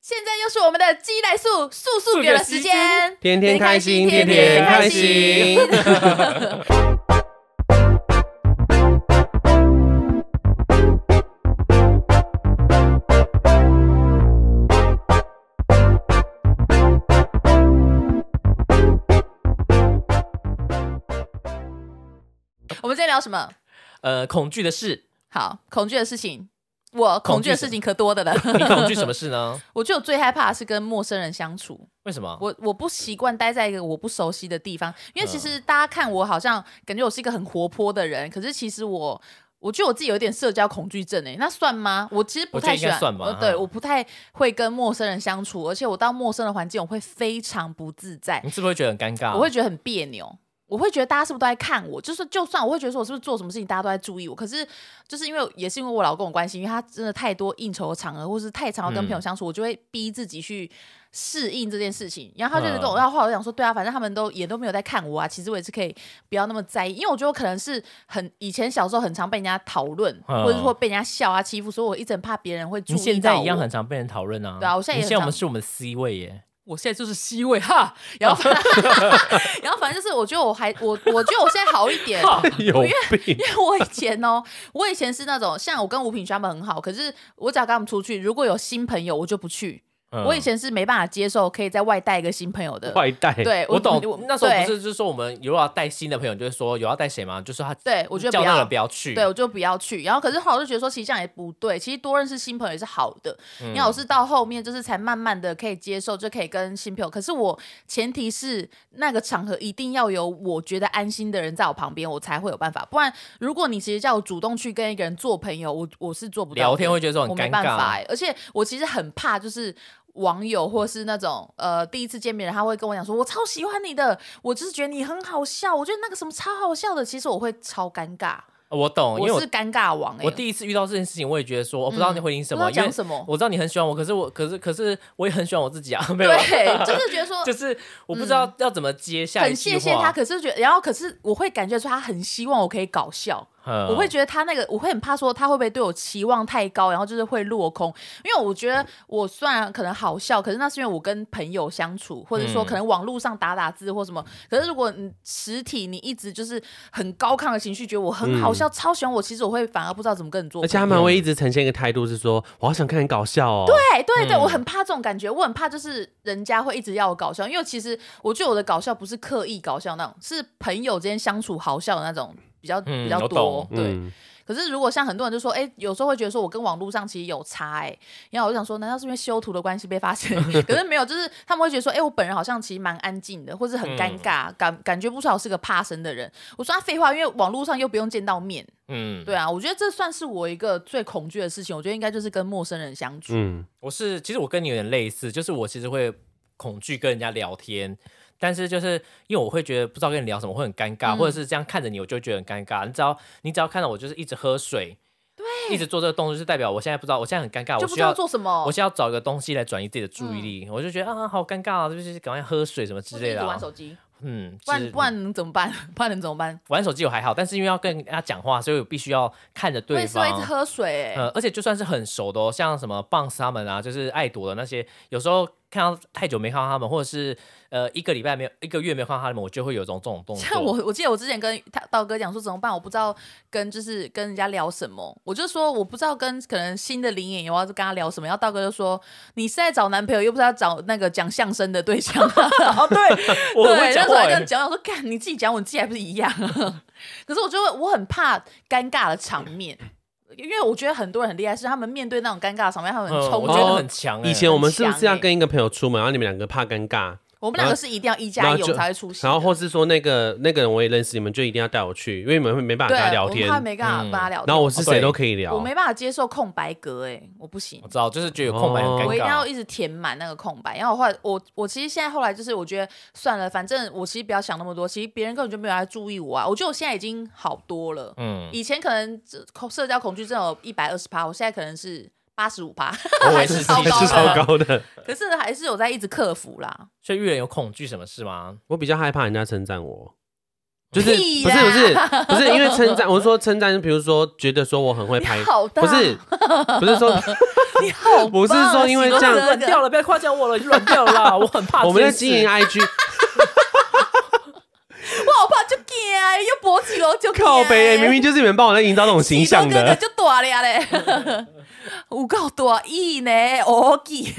现在又是我们的鸡来素素素给的时间，天天开心，天天天天开开心心。我们今天聊什么？呃，恐惧 的事，好，恐惧的事情。我恐惧的事情可多的了。你恐惧什么事呢？ 我觉得我最害怕的是跟陌生人相处。为什么？我我不习惯待在一个我不熟悉的地方，因为其实大家看我好像感觉我是一个很活泼的人，可是其实我。我觉得我自己有点社交恐惧症诶、欸那算吗？我其实不太喜欢，我觉得应该算吧呃对，嗯我不太会跟陌生人相处，而且我到陌生的环境，我会非常不自在，你是不是会觉得很尴尬？我会觉得很别扭，我会觉得大家是不是都在看我？就是就算我会觉得说我是不是做什么事情大家都在注意我，可是就是因为也是因为我老公的关系，因为他真的太多应酬的场合，或是太常要跟朋友嗯相处，我就会逼自己去适应这件事情。然后他就一直跟我嗯要话，我就想说，对啊，反正他们都也都没有在看我啊，其实我也是可以不要那么在意，因为我觉得我可能是很以前小时候很常被人家讨论，嗯或者说被人家笑啊欺负，所以我一直很怕别人会注意你到我。现在一样很常被人讨论啊。对啊我现在也你很现在我们常是我们 C 位耶。我现在就是 C 位哈，然后 然后反正就是我觉得我还我我觉得我现在好一 点， 有病因！为我以前哦，我以前是那种像我跟吴品轩他们很好，可是我只要跟他们出去，如果有新朋友我就不去。嗯我以前是没办法接受可以在外带一个新朋友的，坏蛋！ 对我懂，那时候不。对是就是说我们有要带新的朋友，就是说有要带谁吗？就是他，对，我觉得叫不那个要人不要去。对，我就不要去。然后，可是后来我就觉得说，其实这样也不对。其实多认识新朋友也是好的。因嗯为我是到后面就是才慢慢的可以接受，就可以跟新朋友。可是我前提是那个场合一定要有我觉得安心的人在我旁边，我才会有办法。不然，如果你其实叫我主动去跟一个人做朋友，我我是做不到的。聊天会觉得这种我没很尴办法、尬。啊欸，而且我其实很怕就是。网友或是那种呃第一次见面的人，他会跟我讲说：“我超喜欢你的，我就是觉得你很好笑，我觉得那个什么超好笑的。”其实我会超尴尬。哦我懂，因为我我是尴尬王哎、我第一次遇到这件事情，我也觉得说我不知道你回应什不么，知因道为讲什么我知道你很喜欢我，可是我可是可是我也很喜欢我自己啊，没有啊，对， 就是觉得说 就是我不知道要怎么接下一很谢句话。谢他，可是觉得，然后可是我会感觉出他很希望我可以搞笑，嗯我会觉得他那个，我会很怕说他会不会对我期望太高，然后就是会落空。因为我觉得我虽然可能好笑，可是那是因为我跟朋友相处，或者说嗯可能网络上打打字或什么。可是如果你实体你一直就是很高亢的情绪，觉得我很嗯好笑，超喜欢我，其实我会反而不知道怎么跟你做而朋且友。他们会一直呈现一个态度，是说我好想看你搞笑哦。对哎对对，嗯我很怕这种感觉，我很怕就是人家会一直要我搞笑，因为其实我觉得我的搞笑不是刻意搞笑那种，是朋友之间相处好笑的那种比较嗯比较我多懂。对，嗯，可是如果像很多人就说，哎，有时候会觉得说我跟网络上其实有差哎，然后我就想说，难道是因为修图的关系被发现？ 可是没有，就是他们会觉得说，哎，我本人好像其实蛮安静的，或是很嗯尴尬，感感觉不出来我是个怕生的人。我说他废话，因为网络上又不用见到面。嗯，对啊，我觉得这算是我一个最恐惧的事情。我觉得应该就是跟陌生人相处。嗯，我是其实我跟你有点类似，就是我其实会恐惧跟人家聊天，但是就是因为我会觉得不知道跟你聊什么会很尴尬，嗯或者是这样看着你我就会觉得很尴尬。你只要你只要看到我就是一直喝水，对，一直做这个动作，就是代表我现在不知道，我现在很尴就尬，啊我不需知道要。做什么，嗯我需要找一个东西来转移自己的注意力，我就觉得啊，好尴尬啊，就是赶快喝水什么之或者类一的直啊、玩手机，嗯，不之然不然能怎么办？ 不然能怎么办？玩手机我还好，但是因为要跟人家讲话，所以我必须要看着我也对是会一直方。喝水、欸，呃，而且就算是很熟的哦，像什么棒他们啊，就是爱朵的那些，有时候看到太久没看到他们，或者是呃一个礼拜没有一个月没有看到他们，我就会有一种这种动作。嗯像我，我记得我之前跟他道哥讲说怎么办，我不知道跟就是跟人家聊什么，我就说我不知道跟可能新的灵演员，我要跟他聊什么，然后道哥就说你是在找男朋友，又不是要找那个讲相声的对象， 哦，对，我对，很会那讲时候话还欸耶跟他讲，我说干你自己讲，我自己还不是一样。 可是我就会我很怕尴尬的场面，因为我觉得很多人很厉害，是他们面对那种尴尬的场面，他们很嗯冲我撞觉得哦很强耶。以前我们是不很是强要欸跟一个朋友出门，然后你们两个怕尴尬，我们两个是一定要一然加后一我就们才会出席的，然后或是说那个那个人我也认识，你们就一定要带我去，因为你们会没办法对跟他聊我天们。怕没办法跟他聊天。然后我是哦谁对都可以聊我。没办法接受空白格、欸，哎，我不行我。知道，就是觉得有空白很尴哦尬。我一定要一直填满那个空白，然后我后来我我其实现在后来就是我觉得算了，反正我其实不要想那么多，其实别人根本就没有来注意我啊。我觉得我现在已经好多了，嗯，以前可能这恐社交恐惧症有一百二十趴，我现在可能是八十五趴， 我还也是是超自己高是的，超高的，可是还是有在一直克服啦。 所以玉人有恐惧什么事吗？我比较害怕人家称赞我，就是屁不是啦不是不是因为称赞，我是说称赞，比如说觉得说我很会你拍，好大，不是不是说你好棒啊，不是说因为喜欢这样哥哥软掉了，不要夸奖我了，你软掉了啦，我很怕。 我们在经营，IG， 我好怕就惊，又脖子哦就怕靠背、哎明明就是你们帮我在营造这种形象哥哥的。就大了嘞，有够大意呢，我记。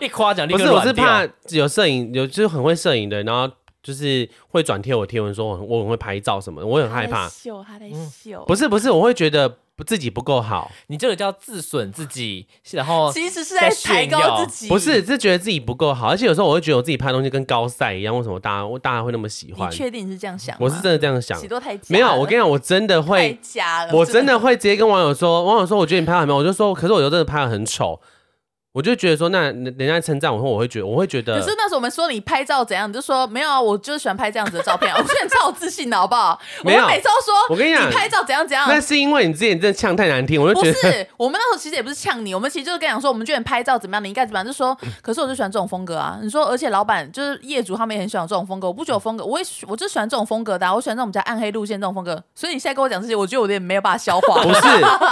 一夸奖立不刻是，我软是掉。怕有摄影，有就是很会摄影的，然后就是会转贴我贴文说我很我很会拍照什么的，我很害他怕嗯在。秀，他在秀。不是不是，我会觉得自己不够好，你这个叫自损自己，然后 其实是在在抬炫耀高自己，不是是觉得自己不够好，而且有时候我会觉得我自己拍的东西跟高赛一样，为什么大家大家会那么喜你欢？确定你是这样想吗？我是真的这样想喜，多太假了没有，我跟你讲，我真的太会，假了，我真的会直接跟网友说，网友说我觉得你拍的很美，我就说，可是我就真的拍的很丑，我就觉得说，那人人家称赞我后，我会觉得我会觉得可是那时候我们说你拍照怎样，你就说没有啊，我就是喜欢拍这样子的照片啊。我说你超有自信的好不好？没有我们每次都说我跟你讲拍照怎样怎样。那是因为你之前真的呛太难听，我就不觉得。是，我们那时候其实也不是呛你，我们其实就是跟你讲说，我们觉得你拍照怎么样，你应该怎么样，就说，嗯可是我就喜欢这种风格啊。你说，而且老板就是业主，他们也很喜欢这种风格。我不觉得我风格，我也喜我就喜欢这种风格的、啊，我喜欢这种比较暗黑路线这种风格。所以你现在跟我讲这些，我觉得我有点没有办法消 化。 不是，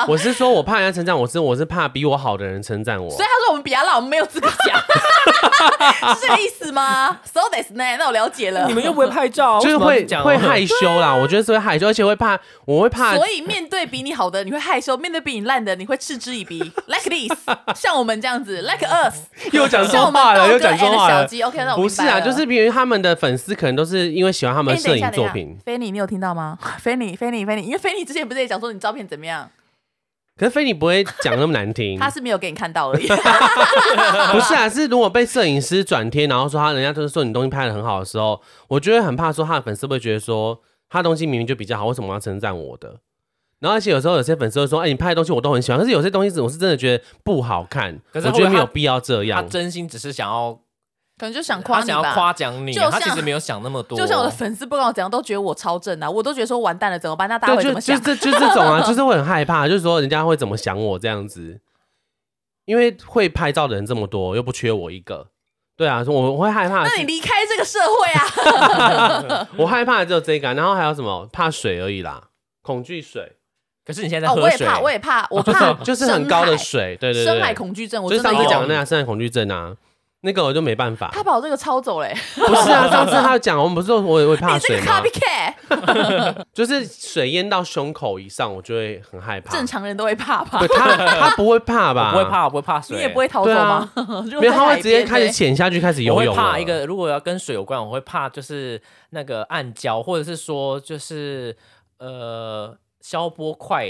我是说，我怕人家称赞我是，我是怕比我好的人称赞我所。以他说我们比他老，我们没有资格讲，是这个意思吗？So this 呢？那我了解了。你们又不会拍照， 就是会为什么要这样 会害羞啦，我觉得是会害羞，而且会怕，我会怕，啊所以面对比你好的，你会害羞；面对比你烂的，你会嗤之以鼻。Like this，像我们这样子，Like us，又讲像错我们话了，豆又哥讲错 and 话小了。鸡。OK，那我不明是白了啊，就是别人他们的粉丝可能都是因为喜欢他们哎的等摄一下影作等一品下，菲尼，你有听到吗？ 菲尼，菲尼，菲尼，因为菲尼之前不是也讲说你照片怎么样？可是菲你不会讲那么难听。 他是没有给你看到而已。 不是啊，是如果被摄影师转贴，然后说他人家就是说你东西拍的很好的时候，我就会很怕说他的粉丝会不会觉得说他东西明明就比较好，为什么要称赞我的？然后而且有时候有些粉丝会说，哎、你拍的东西我都很喜欢，可是有些东西我是真的觉得不好看，可是我会不会觉得没有他必要这他样。真心只是想要可能就想他夸你想要吧。夸奖你就，他其像实没有想那么多。就像我的粉丝不管我怎样都觉得我超正啊，我都觉得说完蛋了怎么办？那大家对，会怎就么想？就这就这 种啊，就是会很害怕，就是说人家会怎么想我这样子，因为会拍照的人这么多，又不缺我一个。对啊，所以我会害怕那的是，你离开这个社会啊！我害怕的只有这个啊，然后还有什么？怕水而已啦，恐惧水，可是你现在哦，在喝我也水，怕，我也怕，我怕哦就是很高的啊深海水，对对对，深海恐惧症，我就真是的上次有讲的那样深海恐惧症啊，那个我就没办法。他把我这个抄走嘞、不是啊，上次他讲我们不是说我也会怕你这水个吗？ copycat，就是水淹到胸口以上，我就会很害怕。正常人都会怕吧对？他他不会怕我吧？不会，怕，我不会怕水，你也不会逃走吗？ 如果啊没有在他海会直接边开始对潜下去开始我游会泳。啊怕一，个，如果要跟水有关，我会怕就是那个暗礁，或者是说就是呃消波块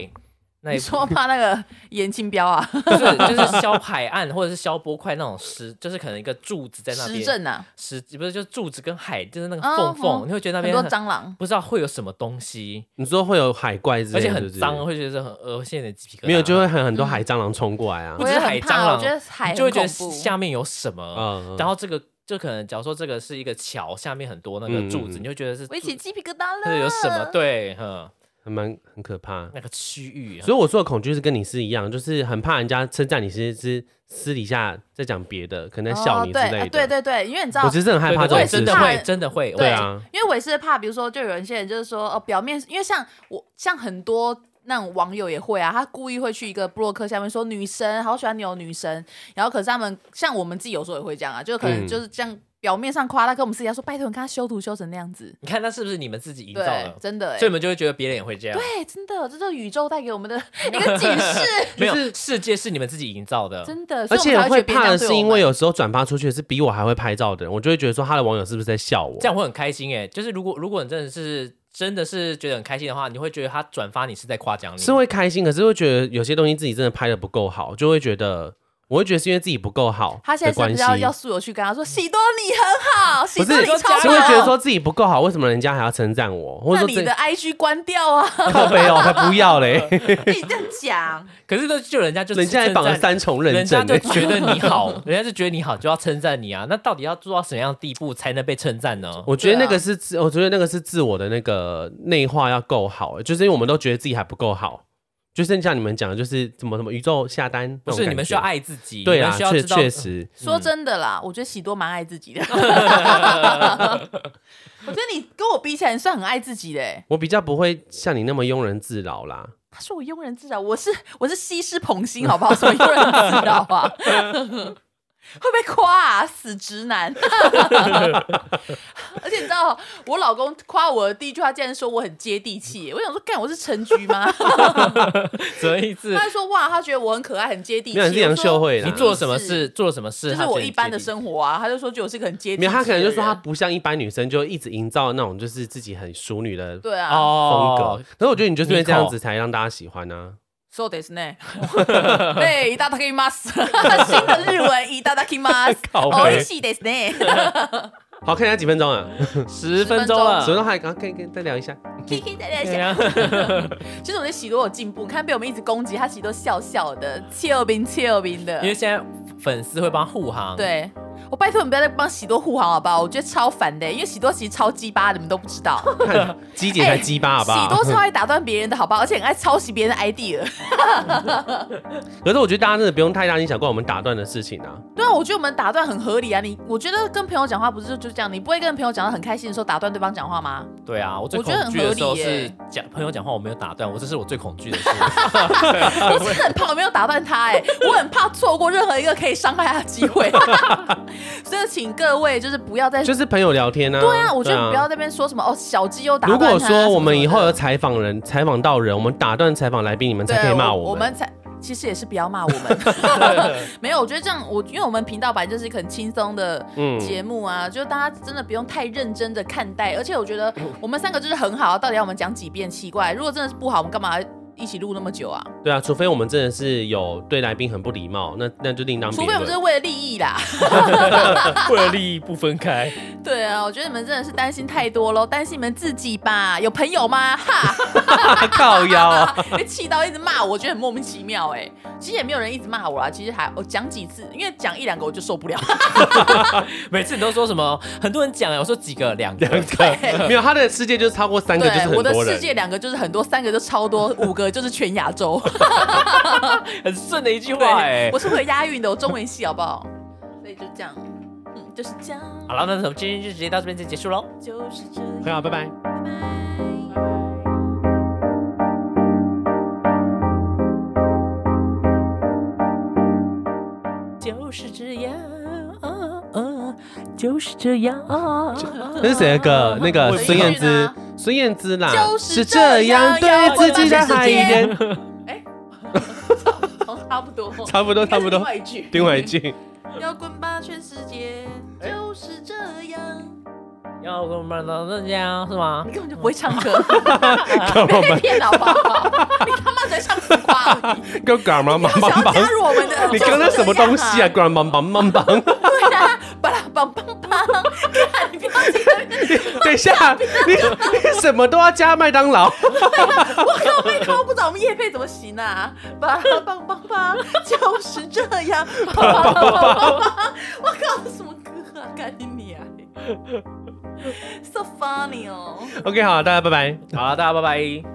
那 一你说怕那个严清标啊，不是就是消海岸或者是消波块那种石，就是可能一个柱子在那时边，政啊，石不是就柱子跟海就是那个啊缝缝，嗯你会觉得那很边多很蟑螂。不知道会有什么东西，你说会有海怪之而类的，且很是不是脏，哦会觉得很恶心的鸡皮疙瘩。没有就会很嗯很多海蟑螂冲过来啊不我。止也海很蟑怕，螂我觉得海你很就会觉得恐怖下面有什么，嗯，然后这个就可能假如说这个是一个桥，下面很多那嗯嗯个柱子，嗯你就觉得是我一起柱鸡皮疙瘩或者了。有什么？对，嗯，还蛮很可怕。那个区域啊，所以我说的恐惧是跟你是一样，就是很怕人家称赞你是是私底下在讲别的，可能在笑哦，你之对，类啊的。对对对，因为你知道我，只是很害怕这对种对事真情的。会怕真的会，对对啊，因为我也是怕，比如说，就有一些人就是说，哦，表面，因为像我，像很多那种网友也会啊，他故意会去一个布洛克下面说女神好喜欢你哦，女神，然后可是他们像我们自己有时候也会这样啊，就可能嗯就是这样。表面上夸他，跟我们私底下说：“拜托，你看他修图修成那样子，你看那是不是你们自己营造对的，？真的、欸，所以你们就会觉得别人也会这样，对，真的，这就是宇宙带给我们的一个警示，没就是有世界是你们自己营造的，真的。所而以我且们才觉得会别人这怕的样对是，我因为们有时候转发出去的是比我还会拍照的人，我就会觉得说他的网友是不是在笑我？这样我会很开心哎。就是如果如果你真的是真的是觉得很开心的话，你会觉得他转发你是在夸奖你是。会开心，可是会觉得有些东西自己真的拍的不够好，就会觉得我会觉得是因为自己不够好他现在的是关比系。较要素友去跟他说：“喜多你很好，喜不多是，你就超好。”会觉得说自己不够好，为什么人家还要称赞我？或那者说你这的 IG 关掉啊！靠背 哦，才不要嘞！你这样讲，可是呢，就人家就人家还绑了称赞三重人认家证欸就嘞，觉得你好， 人家就觉得你好就要称赞你啊。那到底要做到什么样的地步才能被称赞呢？我觉得对啊那个是自，我觉得那个是自我的那个内化要够好，欸就是因为我们都觉得自己还不够好，就是像你们讲的，就是怎么什么宇宙下单，不是你们需要，爱自己，对你啊，们需要确知道确实，说真的嗯啦，我觉得喜多蛮爱自 己的。我觉得你跟我比起来，你算很爱自己的欸。我比较不会像你那么庸人自扰啦，他说我庸人自扰，我是我是西施捧心，好不好？什么庸人自扰啊？会被夸啊，死直男！ 而且你知道，我老公夸我的第一句话，竟然说我很接地气耶。我想说，干我是陈菊吗？什么意思他？还说哇，他觉得我很可爱，很接地气。没有你是杨秀慧啦我说你做了什么事？？做了什么事？就是他觉我得一你般介的意生活啊，他就说觉得我是个很接地气的没人。有，他可能就说他不像一般女生，就一直营造那种就是自己很淑女的对啊，风格。哦，可是我觉得你就是因为这样 Nicole 子才让大家喜欢啊嗯呢、そうですね。对，いただきます。新的日文いただき ます。靠お背いしいですね。好，看一下几分钟啊？十分分钟钟了了什么。时候还啊可以可以再聊一下？ K K 在在对想，啊其实我觉得喜多有进步，你看被我们一直攻击，他其实都笑笑的，俏兵俏兵的因。为现在粉丝会帮护航，，对，我拜托你们不要再帮喜多护航好不好？我觉得超烦的，因为喜多其实超鸡巴的，你们都不知道。 看鸡姐才鸡巴好不喜哎多好？超爱打断别人的好不好？而且很爱抄袭别人的 idea。 可是我觉得大家真的不用太担心小怪我们打断的事情啊。对啊，我觉得我们打断很合理啊。你我觉得跟朋友讲话不是就就这样，你不会跟朋友讲的很开心的时候打断对方讲话吗？对啊，我最我觉恐得惧很合的时候理耶是讲朋友讲话我没有打断，我这是我最恐 惧的事。 啊我真的很怕我没有打断他、哎，我很怕错过任何一个可以伤害他的机会。 所以请各位就是不要再就是朋友聊天啊。哎对啊，我觉得对你不要在那边说什么、哦，小鸡又打如断他果啊什么说我们以后什么有的采访人、采访到人，我们打断采访来宾，你们才对可以骂我我们们。才其实也是不要骂我们。 没有，我觉得这样，我因为我们频道本来就是一个很轻松的嗯节目啊，就大家真的不用太认真的看待。而且我觉得嗯我们三个就是很好，到底要我们讲几遍？奇怪，如果真的是不好，我们干嘛一起录那么久啊？对啊，除非我们真的是有对来宾很不礼貌，那那就另当除别非我们是论。为了利益啦。为了利益不分开，对啊，我觉得你们真的是担心太多喽，担心你们自己吧。有朋友吗？ 哈，靠腰啊！被气到一直骂我，我觉得很莫名其妙哎、其实也没有人一直骂我啦，其实还我讲几次，因为讲一两个我就受不了。 每次你都说什么？很多人讲哎，我说几个，两个，没有他的世界就是超过三个就是对，很我的多世人。界两个就是很多，三个就超多，五个就是全亚洲。 很顺的一句话哎对，。我是会押韵的，我中文系好不好？所以就这样，嗯，就是这样，好了，那我们今天就直接到这边就结束喽。就是这样。啊很好，拜拜。就是这样，啊啊就是这样。啊那是谁的歌？那个孙燕我也姿不，孙燕姿啦，就是是这样这样对自己的海要边， 哦差不多，差不多，差不应多该是另。外一句，另外一句，摇滚吧，全世界就是这样。要跟我们到这样是吗你？根本就不会唱 歌，干嘛别被骗了好不好？你他妈在唱浮夸而已，跟干嘛嘛你嘛想要嘛加？入我们的？ 你刚刚什么东西啊？？干嘛嘛嘛嘛？ 对啊，巴拉棒棒棒，看你不要在那边 等一下，你你什么都要加麦当劳。我靠，被扣不懂，我们叶配怎么行啊？巴拉棒棒棒，就是这样，棒棒棒棒棒。我靠，这什么歌啊？干你你啊！So funny 哦。 OK，好，大家拜拜。好了，大家拜拜。